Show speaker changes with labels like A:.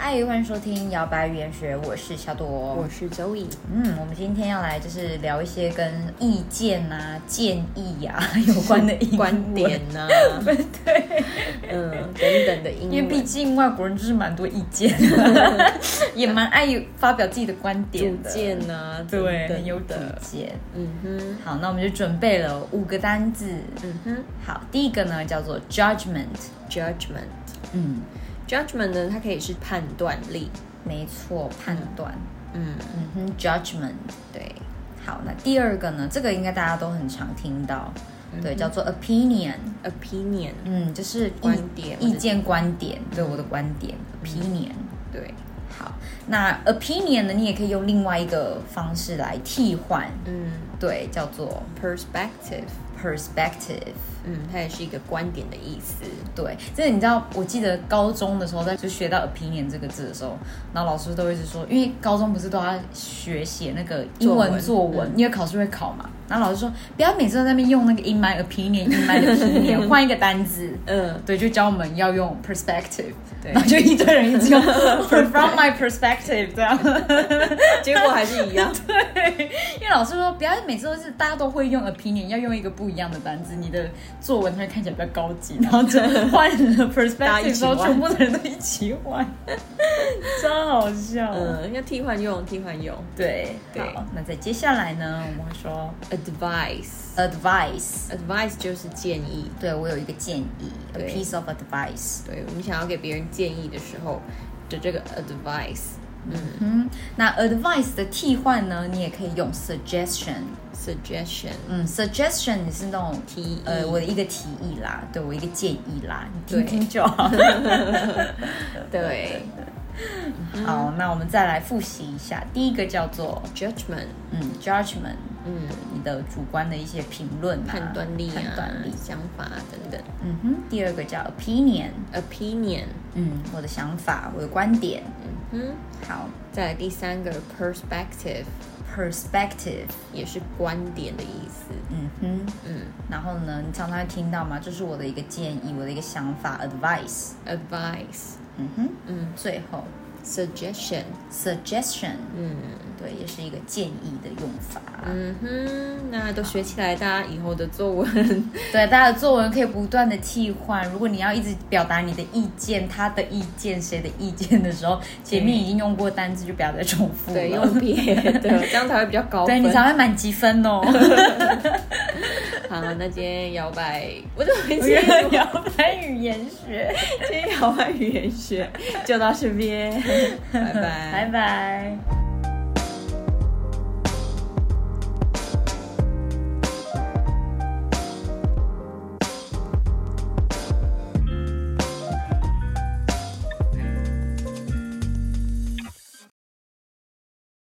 A: 嗨，欢迎收听摇摆语言学，我是小朵。
B: 我是 Joey，
A: 嗯，我们今天要来就是聊一些跟意见啊、建议啊 有关的英文
B: 观点，呐、
A: 对，
B: 嗯，等等的英
A: 因为毕
B: 文
A: 竟外国人就是蛮多意见， 也蛮爱发表自己的观
B: 主
A: 点的，
B: 见呐、等
A: 对，
B: 等
A: 很有主
B: 的，
A: 见。
B: 嗯哼，
A: 好，那我们就准备了五个单字。
B: 嗯哼
A: 好，第一个呢叫做 judgment，
B: ，judgment，judgment
A: 嗯，
B: 呢，它可以是判断力，
A: 没错，判断，
B: 嗯，
A: 嗯哼，judgment。
B: 对，
A: 好，那第二个呢？这个应该大家都很常听到，
B: 嗯
A: 对，叫做 opinion，
B: ，opinion，
A: 嗯，就是意
B: 观点
A: 意见、观点，对我的观点
B: 嗯
A: opinion。
B: 对，
A: 好，那 opinion 呢，你也可以用另外一个方式来替换，
B: 嗯
A: 对，叫做
B: ，perspective，
A: perspective。
B: 嗯，它也是一个观点的意思，
A: 对，这个你知道，我记得高中的时候，在就学到 opinion 这个字的时候，然后老师都一直说，因为高中不是都要学写那个英文嗯作
B: 作
A: 文，
B: 文
A: 因为考试会考嘛。然后老师说，不要每次都在那边用那个 in my opinion in my opinion，换一个单字。
B: 嗯，
A: 对，就教我们要用 perspective，
B: 对
A: 然后就一堆人一直 用 from my perspective 这样，
B: 结果还是 一样，
A: 因为老师说不要每次都是大家都会用 opinion，要用一个不一样的单字，你的作文才会看起来比较高级。然后就换了
B: 大家一
A: perspective
B: 起
A: 之后，
B: 玩
A: 全部的人都一起玩， 超好笑。
B: 嗯，要替换用，替换用
A: 对
B: 对
A: 好那再接下来呢，我们会说
B: ，advice。
A: advice。
B: Advice 就是建议，
A: 对我有一个建议，a
B: 对
A: piece of advice。
B: 对我们想要给别人建议的时候的这个 advice，嗯
A: 嗯，那 advice 的替换呢，你也可以用 suggestion。
B: ，suggestion，
A: 嗯，suggestion 也是那种
B: 提议
A: 呃，我的一个提议啦，对我一个建议啦，你听
B: 对
A: 听就好。
B: 对嗯
A: 好，那我们再来复习一下，第一个叫做
B: ，judgment，
A: 嗯 judgment，
B: 嗯，
A: 你的主观的一些评论、啊、
B: 判断力啊，
A: 判断力。
B: 想法等等
A: 嗯哼，第二个叫 opinion，
B: ，opinion，
A: 嗯，我的想法，我的观点。
B: 嗯，
A: 好
B: 再来第三个 perspective，
A: ，perspective，
B: 也是观点的意思，
A: 嗯哼，
B: 嗯
A: 然后呢，你常常会听到嘛，这是我的一个建议，我的一个想法，advice。
B: ，advice，
A: 嗯哼，
B: 嗯
A: 最后
B: ，suggestion，
A: suggestion，
B: 嗯
A: 对，也是一个建议的用法。
B: 嗯哼，那都学起来，大家以后的作 文，
A: 对，大家的作文可以不断的替换。如果你要一直表达你的意见、他的意见、谁的意见的时候，前面已经用过单字，就不要再重复了。
B: 对，用别的，这样才会比较 高
A: 对你
B: 分。
A: 才会满积分 哦。
B: 好，那今天摇摆，我怎么会今
A: 因
B: 天
A: 为摇摆语言学，
B: 今天摇摆语言学就到这边，拜拜，
A: 拜拜。